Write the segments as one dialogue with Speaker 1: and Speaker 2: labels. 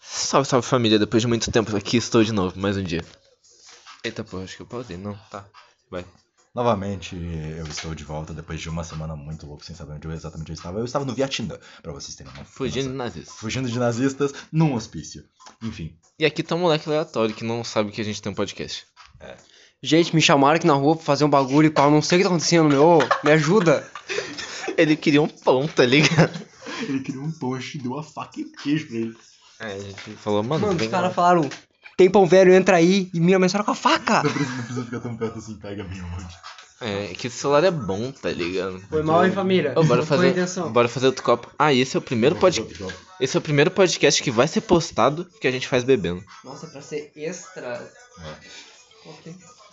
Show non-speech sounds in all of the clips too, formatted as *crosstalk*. Speaker 1: Salve, salve família, depois de muito tempo aqui estou de novo, mais um dia. Eita porra, acho que eu pausei, não? Tá, vai.
Speaker 2: Novamente, eu estou de volta depois de uma semana muito louca, sem saber onde eu exatamente eu estava. Eu estava no Vietnã, pra vocês terem uma
Speaker 1: Fugindo de
Speaker 2: noção.
Speaker 1: nazis.
Speaker 2: Fugindo de nazistas num hospício. Enfim,
Speaker 1: E aqui tá um moleque aleatório que não sabe que a gente tem um podcast.
Speaker 3: É. Gente, me chamaram aqui na rua pra fazer um bagulho e pau, não sei o que tá acontecendo, meu. Ô, me ajuda.
Speaker 1: *laughs* Ele queria um pão, tá ligado?
Speaker 2: ele criou um post, deu uma faca e o queijo pra ele.
Speaker 1: É, a gente falou, mano,
Speaker 3: Mano, os
Speaker 1: vem
Speaker 3: caras
Speaker 1: lá.
Speaker 3: falaram, tem pão velho, entra aí. E me ameaçaram tá com a faca.
Speaker 2: Não precisa, não precisa ficar tão perto assim, pega bem onde.
Speaker 1: É, que esse celular é bom, tá ligado?
Speaker 3: Foi mal, hein, família?
Speaker 1: Ô, bora
Speaker 3: Não foi
Speaker 1: fazer,
Speaker 3: intenção.
Speaker 1: bora fazer outro copo. Ah, e esse é o primeiro podcast, esse é o primeiro podcast que vai ser postado que a gente faz bebendo.
Speaker 3: Nossa, pra ser extra...
Speaker 1: É.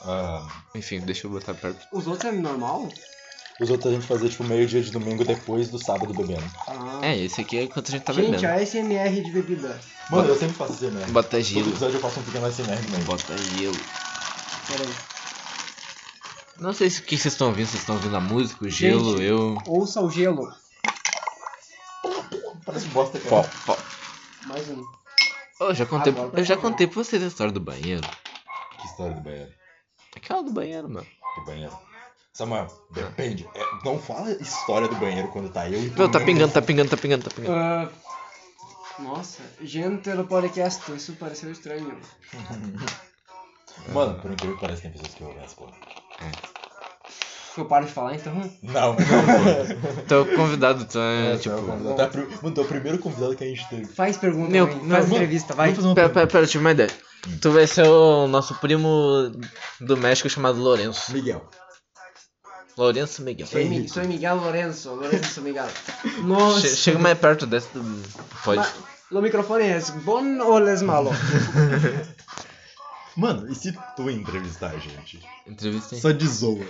Speaker 2: Ah,
Speaker 1: Enfim, deixa eu botar perto.
Speaker 3: Os outros é normal?
Speaker 2: os outros a gente fazia tipo meio-dia de domingo depois do sábado bebendo.
Speaker 3: Ah.
Speaker 1: É, esse aqui é enquanto a gente tá
Speaker 3: Gente,
Speaker 1: bebendo.
Speaker 3: a SMR de bebida.
Speaker 2: Mano, eu sempre faço CMR.
Speaker 1: Bota
Speaker 2: Todo
Speaker 1: gelo,
Speaker 2: episódio eu faço um pequeno SMR também.
Speaker 1: bota gelo.
Speaker 3: Pera aí.
Speaker 1: Não sei se- o que vocês estão ouvindo, vocês estão ouvindo a música, o gelo,
Speaker 3: Gente.
Speaker 1: eu.
Speaker 3: Ouça o gelo.
Speaker 2: Parece bosta,
Speaker 1: Pó,
Speaker 2: cara.
Speaker 1: pó.
Speaker 3: Mais um.
Speaker 1: Eu já contei,
Speaker 3: Agora vai
Speaker 1: eu já
Speaker 3: falar.
Speaker 1: contei pra vocês a história do banheiro.
Speaker 2: Que história do banheiro.
Speaker 1: Aquela do banheiro, mano.
Speaker 2: Do banheiro. Samuel, depende. É, não fala história do banheiro quando tá eu e tu
Speaker 1: Não, tá
Speaker 2: no
Speaker 1: pingando, tá pingando, tá pingando, tá pingando.
Speaker 3: Ah, nossa, gênero podcast, isso pareceu estranho.
Speaker 2: Mano, por incrível que pareça, tem pessoas que ouvem as porra.
Speaker 3: Eu paro de falar então?
Speaker 2: *laughs* Não, não.
Speaker 1: Então o convidado, tu é,
Speaker 2: é,
Speaker 1: tipo.
Speaker 2: convidado. Tá, pri- mano, tu é o primeiro convidado que a gente teve.
Speaker 3: Faz pergunta,
Speaker 1: Meu,
Speaker 3: hein?
Speaker 1: não,
Speaker 3: faz
Speaker 2: mano,
Speaker 3: entrevista, vai.
Speaker 2: Vamos fazer uma
Speaker 1: Pera, pera,
Speaker 2: pergunta.
Speaker 1: pera, eu tive uma ideia. Tu vai ser o nosso primo do México chamado Lourenço.
Speaker 2: Miguel.
Speaker 1: Lourenço Miguel.
Speaker 3: Sou, Mi-
Speaker 2: Henrique.
Speaker 3: sou Miguel Lourenço, Lourenço Miguel.
Speaker 1: Che-
Speaker 3: Nossa.
Speaker 1: Chega mais perto desse do. Pode.
Speaker 3: O microfone é bom ou les *laughs* malo?
Speaker 2: Mano, e se tu entrevistar a gente?
Speaker 1: Entrevista aí.
Speaker 2: Só de zoa.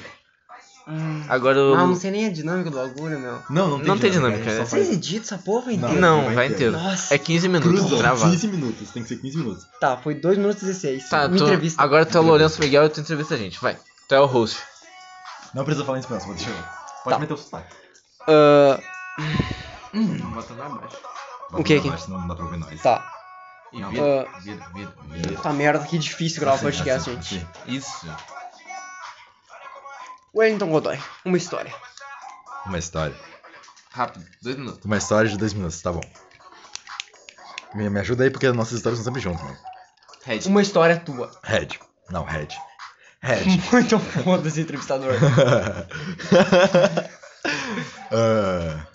Speaker 1: Agora o.
Speaker 3: Não, não sei né nem a dinâmica do bagulho, meu.
Speaker 2: Não, não tem
Speaker 1: Não tem dinâmica,
Speaker 2: a gente
Speaker 1: é.
Speaker 2: só
Speaker 3: Vocês
Speaker 2: faz-
Speaker 3: editam essa porra
Speaker 2: Não.
Speaker 3: inteira?
Speaker 1: Não,
Speaker 2: vai
Speaker 1: vai
Speaker 2: inteiro.
Speaker 1: inteiro.
Speaker 3: Nossa.
Speaker 1: É 15 minutos
Speaker 2: Cruzão,
Speaker 1: travado.
Speaker 2: 15 minutos, tem que ser 15 minutos.
Speaker 3: Tá, foi 2 minutos e 16.
Speaker 1: Tá,
Speaker 3: Me
Speaker 1: tu-
Speaker 3: entrevista.
Speaker 1: agora tu é o Lourenço Miguel e tu entrevista a gente, vai. Tu é o host.
Speaker 2: Não precisa falar em espanhol, deixa eu ver. Pode
Speaker 3: Tá.
Speaker 2: meter o sotaque.
Speaker 3: Ah,
Speaker 1: Bota lá abaixo.
Speaker 2: Bota
Speaker 3: O quê,
Speaker 2: pra
Speaker 3: quê?
Speaker 2: baixo, senão Não dá pra ouvir nós.
Speaker 3: tá.
Speaker 1: E
Speaker 2: Não.
Speaker 1: vira, vira, vira, vira.
Speaker 3: Tá merda, que difícil gravar
Speaker 2: Assim,
Speaker 3: podcast,
Speaker 2: assim,
Speaker 3: gente.
Speaker 2: assim.
Speaker 1: Isso.
Speaker 3: Wellington Godoy, uma história.
Speaker 2: Uma história.
Speaker 1: Rápido, dois minutos.
Speaker 2: Uma história de 2 minutos, tá bom. Me, me ajuda aí porque as nossas histórias são sempre juntas, mano.
Speaker 1: Red.
Speaker 3: Uma história tua.
Speaker 2: Red. Não, Red. Red.
Speaker 3: Muito foda esse entrevistador.
Speaker 2: *laughs* Ah.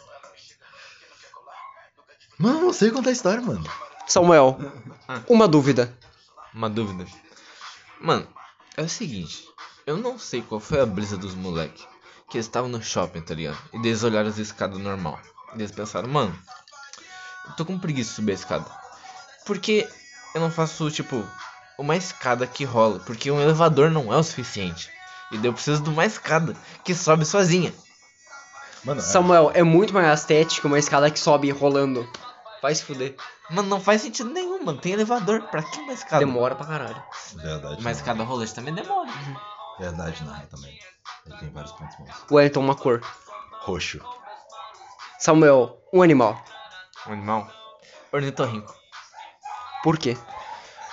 Speaker 2: Mano, eu não sei contar a história, mano.
Speaker 3: *laughs* Samuel, uma dúvida.
Speaker 1: Uma dúvida. Mano, é o seguinte. Eu não sei qual foi a brisa dos moleque. Que eles estavam no shopping, tá ligado? E eles olharam as escadas normal. E eles pensaram, mano, eu tô com preguiça de subir a escada. Porque eu não faço, tipo, uma escada que rola. Porque um elevador não é o suficiente. E daí eu preciso de uma escada que sobe sozinha.
Speaker 2: Mano, é-
Speaker 3: Samuel, é muito mais estético uma escada que sobe rolando. Vai se fuder.
Speaker 1: Mano, não faz sentido nenhum, mano. Tem elevador. Pra que uma escada?
Speaker 3: Demora pra caralho.
Speaker 2: Verdade.
Speaker 1: Uma escada rolante também demora.
Speaker 2: não. Verdade, não, também. Ele tem vários pontos bons.
Speaker 3: Wellington, uma cor.
Speaker 2: Roxo.
Speaker 3: Samuel, um animal.
Speaker 1: Um animal? Ornitorrinco.
Speaker 3: Por quê?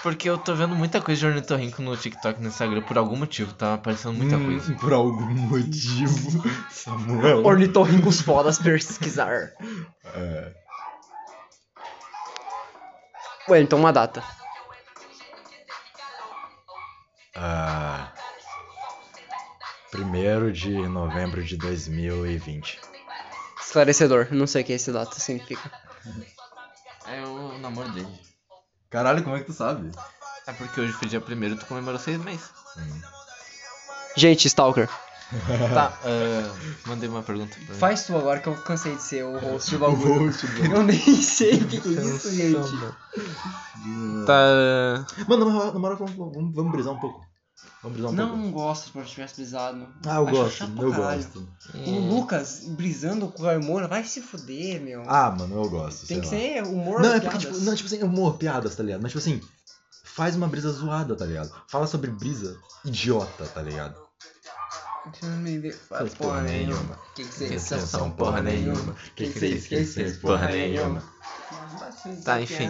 Speaker 1: Porque eu tô vendo muita coisa de ornitorrinco no TikTok e no Instagram por algum motivo, tá aparecendo muita
Speaker 2: Hum,
Speaker 1: coisa.
Speaker 2: Por algum *laughs* motivo, Samuel.
Speaker 3: Ornitorrincos fodas *laughs* pesquisar.
Speaker 2: É,
Speaker 3: Wellington, então uma data.
Speaker 2: ah, primeiro de novembro de 2020.
Speaker 3: Esclarecedor. Não sei o que essa data assim, significa.
Speaker 1: É o namoro dele.
Speaker 2: Caralho, como é que tu sabe?
Speaker 1: É porque hoje foi dia primeiro tu comemorou seis meses.
Speaker 3: Gente, Stalker.
Speaker 1: tá, ah, mandei uma pergunta pra
Speaker 3: É. Faz tu agora que eu cansei de ser o host do
Speaker 2: O
Speaker 3: bagulho.
Speaker 2: roxo, mano.
Speaker 3: Eu nem *laughs* sei o que, que é
Speaker 1: Não
Speaker 3: isso,
Speaker 1: sei,
Speaker 3: gente.
Speaker 1: Tá.
Speaker 2: Mano, na moral- na moral, vamos, vamos, vamos brisar um pouco. Vamos brisar um
Speaker 3: Não,
Speaker 2: pouco.
Speaker 3: não gosto de quando tivesse brisado.
Speaker 2: Ah, eu
Speaker 3: Acho
Speaker 2: gosto,
Speaker 3: chato pra
Speaker 2: eu
Speaker 3: caralho.
Speaker 2: gosto.
Speaker 3: O Lucas brisando com a hormona vai se fuder, meu.
Speaker 2: Ah, mano, eu gosto. sei
Speaker 3: Tem que
Speaker 2: lá.
Speaker 3: ser humor
Speaker 2: Não, é porque,
Speaker 3: piadas.
Speaker 2: tipo, não, tipo assim, humor, piadas, tá ligado? Mas, tipo assim, faz uma brisa zoada, tá ligado? Fala sobre brisa idiota, tá ligado?
Speaker 3: Deixa eu me ver.
Speaker 2: Faz porra nenhuma.
Speaker 3: Que que
Speaker 1: Que
Speaker 2: Sensação porra nenhuma. Que crise, que crise, porra nenhuma.
Speaker 1: Tá, enfim.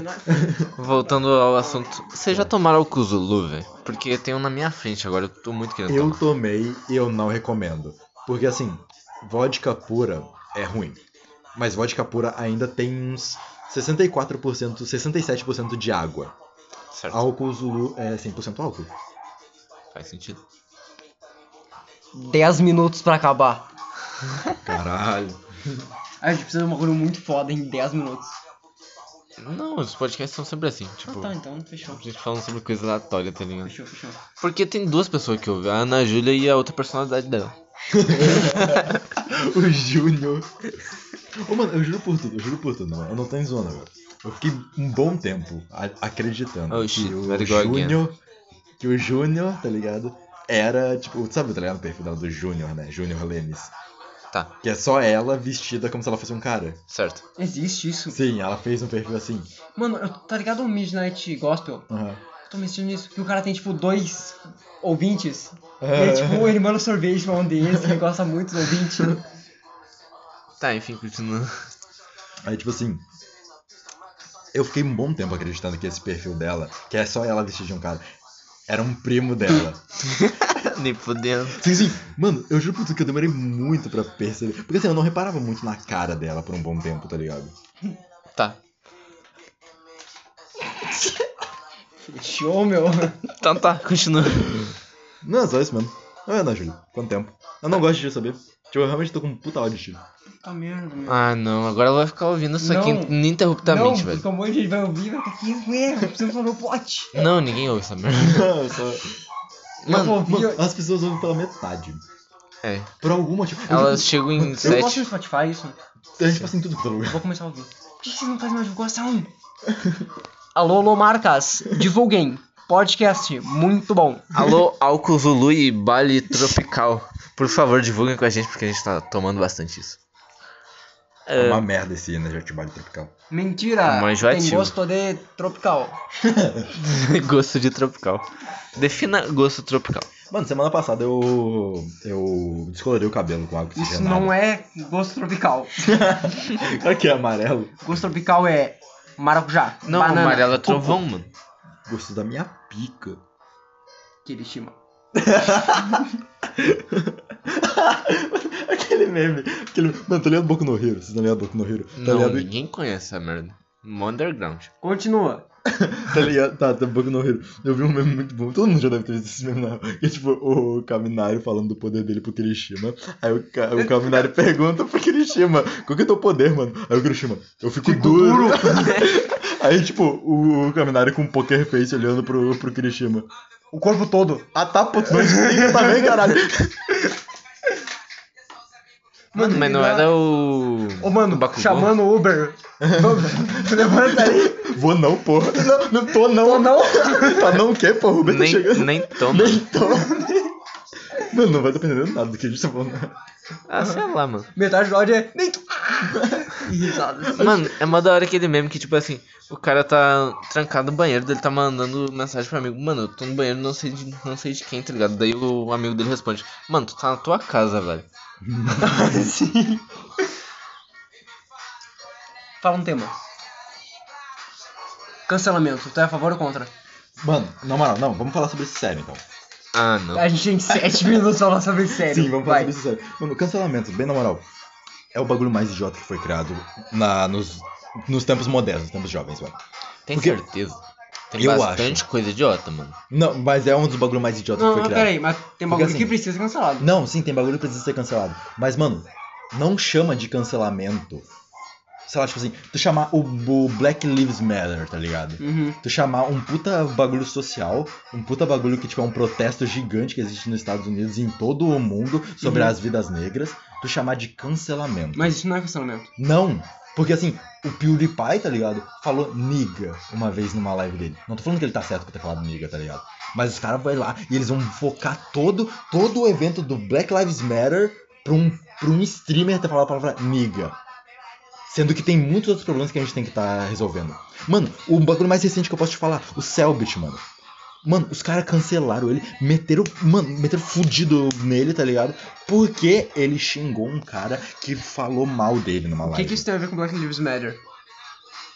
Speaker 1: Voltando ao assunto. Vocês já tomaram o Cuzulu, velho? Porque eu tenho um na minha frente agora, eu tô muito querendo
Speaker 2: Eu
Speaker 1: tomar.
Speaker 2: tomei e eu não recomendo. Porque assim, vodka pura é ruim. Mas vodka pura ainda tem uns 64%, 67% de água.
Speaker 1: Certo,
Speaker 2: Álcool Zulu é 100% álcool.
Speaker 1: faz sentido.
Speaker 3: 10 minutos pra acabar.
Speaker 2: Caralho.
Speaker 3: A gente precisa de um bagulho muito foda em 10 minutos.
Speaker 1: Não, os podcasts são sempre assim, tipo...
Speaker 3: Ah, tá, então fechou.
Speaker 1: A gente falando sobre coisa aleatória, tá ligado?
Speaker 3: Fechou, fechou.
Speaker 1: Porque tem duas pessoas que ouvem, a Ana Júlia e a outra personalidade dela.
Speaker 2: o Júnior. Ô, mano, eu juro por tudo, eu juro por tudo, mano. Eu não tô em zona, velho. Eu fiquei um bom tempo a- acreditando
Speaker 1: Oh, shit,
Speaker 2: que o
Speaker 1: very good again.
Speaker 2: Júnior. Que o Júnior, tá ligado? Era, tipo, sabe, tá ligado? O perfil dela do Júnior, né? Júnior Lemes.
Speaker 1: Tá,
Speaker 2: Que é só ela vestida como se ela fosse um cara.
Speaker 1: certo.
Speaker 3: Existe isso.
Speaker 2: Sim, ela fez um perfil assim.
Speaker 3: Mano, eu, tá ligado o Midnight Gospel?
Speaker 2: Aham.
Speaker 3: Eu tô me sentindo nisso. Que o cara tem, tipo, dois ouvintes. E ele, tipo, ele manda um sorvete pra um deles, que ele gosta muito do ouvinte.
Speaker 1: Tá, enfim, continuando. *laughs*
Speaker 2: Aí, tipo assim. Eu fiquei um bom tempo acreditando que esse perfil dela, que é só ela vestida de um cara, era um primo dela.
Speaker 1: Nem podendo.
Speaker 2: Sim, sim. Mano, eu juro por tudo que eu demorei muito pra perceber. Porque assim, eu não reparava muito na cara dela por um bom tempo, tá ligado?
Speaker 1: Tá.
Speaker 3: Fechou, meu.
Speaker 1: Então tá, continua.
Speaker 2: Não, é só isso mesmo. Ah, não, Júlio. Quanto tempo? Eu não gosto de saber. Tipo, eu realmente tô com um puta ódio de ti.
Speaker 3: Tá merda, meu.
Speaker 1: Ah, não, agora ela vai ficar ouvindo isso aqui
Speaker 3: Não.
Speaker 1: ininterruptamente,
Speaker 3: não,
Speaker 1: velho.
Speaker 3: porque um monte de gente vai ouvir, vai ficar aqui, ué, eu preciso fazer o plot.
Speaker 1: Não, ninguém ouve essa merda.
Speaker 2: Não, só-
Speaker 3: eu vou
Speaker 1: Mano,
Speaker 3: ouvir,
Speaker 2: Mano, as pessoas ouvem pela metade.
Speaker 1: é.
Speaker 2: Por algum motivo. Eu
Speaker 1: Elas
Speaker 2: juro
Speaker 1: chegam em
Speaker 3: eu, eu gosto no
Speaker 1: sete.
Speaker 3: Spotify isso.
Speaker 2: por- A gente passa em tudo pelo
Speaker 3: Eu
Speaker 2: lugar.
Speaker 3: vou começar a ouvir. Por que vocês não fazem mais divulgação? *laughs* alô, alô, marcas. Divulguem. Podcast, muito bom.
Speaker 1: Alô, álcool Zulu e Bali Tropical. Por favor, divulguem com a gente, porque a gente tá tomando bastante isso.
Speaker 2: É uma merda esse energético Bali tropical.
Speaker 3: Mentira,
Speaker 1: Mas já
Speaker 3: tem
Speaker 1: ativo.
Speaker 3: gosto de tropical.
Speaker 1: *laughs* gosto de tropical. Defina gosto tropical.
Speaker 2: Mano, semana passada eu. Eu descolorei o cabelo com água
Speaker 3: Isso
Speaker 2: oxigenada.
Speaker 3: não é gosto tropical.
Speaker 2: Claro que é amarelo.
Speaker 3: Gosto tropical é maracujá,
Speaker 1: Não,
Speaker 3: banana, Tá
Speaker 1: amarelo é
Speaker 3: coco,
Speaker 1: trovão, mano.
Speaker 2: Gosto da minha pica.
Speaker 3: Kirishima.
Speaker 2: Aquele meme. Aquele... Mano, tá ligado Boku no Hero? Vocês não ligado Boku no Hero? Tá
Speaker 1: Não,
Speaker 2: ligado?
Speaker 1: ninguém conhece essa merda. No Underground.
Speaker 3: Continua.
Speaker 2: Tá ligado? Tá, tá Boku no Hero. Eu vi um meme muito bom. Todo mundo já deve ter visto esse meme, não. Que é tipo o Kaminari falando do poder dele pro Kirishima. Aí o, Ka- o Kaminari pergunta pro Kirishima: Qual que é teu poder, mano? Aí o Kirishima: Eu fico, duro. *laughs* Aí, tipo, o Kaminari com um poker face olhando pro, pro Kirishima.
Speaker 3: O corpo todo.
Speaker 2: Ah, tá, pô, tu não explica também, caralho.
Speaker 1: Mano, mas não
Speaker 3: ele é- tá-
Speaker 1: era o.
Speaker 3: Ô, mano,
Speaker 1: o Bakugou?
Speaker 3: chamando o Uber.
Speaker 1: *laughs*
Speaker 3: Vamos, Levanta aí.
Speaker 2: Vou não, porra. Não, não tô não.
Speaker 3: Ou não.
Speaker 2: Tá não o quê, porra? O Rubens tá
Speaker 1: Nem,
Speaker 2: chegando.
Speaker 1: nem toma.
Speaker 2: Nem tô. Mano, não vai depender nada do que a gente tá falando.
Speaker 1: Ah, sei lá, mano.
Speaker 3: Metade do áudio é...
Speaker 1: *laughs*
Speaker 3: Nem tu. E risadas.
Speaker 1: Mano, é uma da hora aquele meme que, tipo assim, o cara tá trancado no banheiro, ele tá mandando mensagem pro amigo, mano, eu tô no banheiro, não sei de, não sei de quem, tá ligado? Daí o amigo dele responde, mano, tu tá na tua casa, velho. assim.
Speaker 3: Sim. Fala um tema. Cancelamento. Tu é a favor ou contra?
Speaker 2: Mano, na moral, não, vamos falar sobre isso sério então.
Speaker 1: Ah, não.
Speaker 3: A gente tem 7 minutos pra falar sobre sério.
Speaker 2: Sim, vamos falar sobre isso sério. Mano, cancelamento, bem na moral, é o bagulho mais idiota que foi criado na, nos, nos tempos modernos, nos tempos jovens, mano.
Speaker 1: Tem
Speaker 2: porque-
Speaker 1: certeza. Tem
Speaker 2: Eu
Speaker 1: bastante coisa idiota, mano.
Speaker 2: Não, mas é um dos bagulhos mais idiotas que
Speaker 3: Não,
Speaker 2: foi
Speaker 3: mas
Speaker 2: criado.
Speaker 3: peraí, mas tem bagulho
Speaker 2: assim-
Speaker 3: que precisa ser cancelado.
Speaker 2: Não, sim, tem bagulho que precisa ser cancelado. Mas, mano, não chama de cancelamento. Sei lá, tipo assim, tu chamar o, o Black Lives Matter, tá ligado?
Speaker 3: Uhum.
Speaker 2: Tu chamar um puta bagulho social, um puta bagulho que tipo, é um protesto gigante que existe nos Estados Unidos e em todo o mundo sobre
Speaker 3: Uhum.
Speaker 2: as vidas negras, tu chamar de cancelamento.
Speaker 3: Mas isso não é cancelamento.
Speaker 2: Não! Porque assim, o PewDiePie, tá ligado? Falou niga uma vez numa live dele. Não tô falando que ele tá certo por ter falado niga, tá ligado? Mas os caras vão lá e eles vão focar todo, todo o evento do Black Lives Matter pra um, pra um streamer ter falado a palavra niga. Sendo que tem muitos outros problemas que a gente tem que tá resolvendo. Mano, o bagulho mais recente que eu posso te falar, o Selbit, mano. Mano, os caras cancelaram ele, meteram, mano, meteram fudido nele, tá ligado? Porque ele xingou um cara que falou mal dele numa
Speaker 3: O que,
Speaker 2: live.
Speaker 3: que isso tem a ver com Black Lives Matter?
Speaker 1: É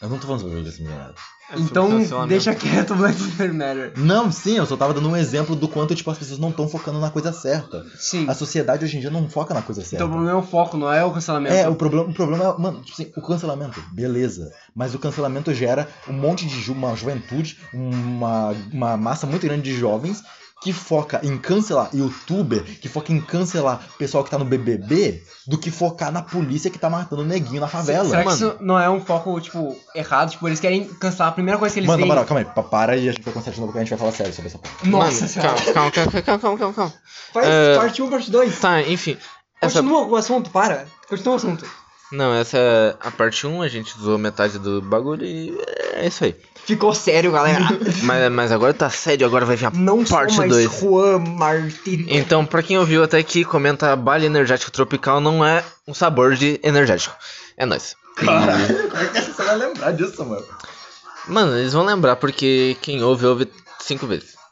Speaker 2: Eu não tô falando sobre ele assim, merda.
Speaker 3: Então, deixa quieto Black Lives Matter.
Speaker 2: Não, sim, eu só tava dando um exemplo do quanto, tipo, as pessoas não estão focando na coisa certa.
Speaker 3: Sim.
Speaker 2: A sociedade hoje em dia não foca na coisa certa.
Speaker 3: Então o problema é o foco, não é o cancelamento.
Speaker 2: É, o problema, o problema é, mano, tipo assim, o cancelamento, beleza. Mas o cancelamento gera um monte de ju uma juventude, uma, uma massa muito grande de jovens que foca em cancelar youtuber, que foca em cancelar pessoal que tá no BBB, do que focar na polícia que tá matando neguinho na favela.
Speaker 3: Será que
Speaker 1: Mano.
Speaker 3: isso não é um foco, tipo, errado? Tipo, eles querem cancelar a primeira coisa que eles
Speaker 2: Mano, na
Speaker 3: veem.
Speaker 2: moral, calma aí, pa- para e a gente vai começar de novo que a gente vai falar sério sobre essa
Speaker 3: *laughs*
Speaker 2: porra.
Speaker 3: Nossa
Speaker 1: Mano,
Speaker 3: senhora.
Speaker 1: calma, calma, calma, calma, calma, calma, calma.
Speaker 3: Faz
Speaker 1: É.
Speaker 3: parte 1, parte 2.
Speaker 1: Tá, enfim. Essa...
Speaker 3: Continua o assunto, para. Continua o assunto.
Speaker 1: Não, essa é a parte 1, a gente usou metade do bagulho e é isso aí.
Speaker 3: Ficou sério,
Speaker 1: *laughs*
Speaker 3: galera.
Speaker 1: Mas, mas agora tá sério, agora vai vir a
Speaker 3: Não
Speaker 1: parte
Speaker 3: sou mais um.
Speaker 1: 2.
Speaker 3: Juan Martin.
Speaker 1: Então, pra quem ouviu até aqui, comenta bala energético tropical não é um sabor de energético. É nóis.
Speaker 2: Caralho, como é que você vai lembrar disso, mano?
Speaker 1: Mano, eles vão lembrar porque quem ouve, ouve cinco vezes.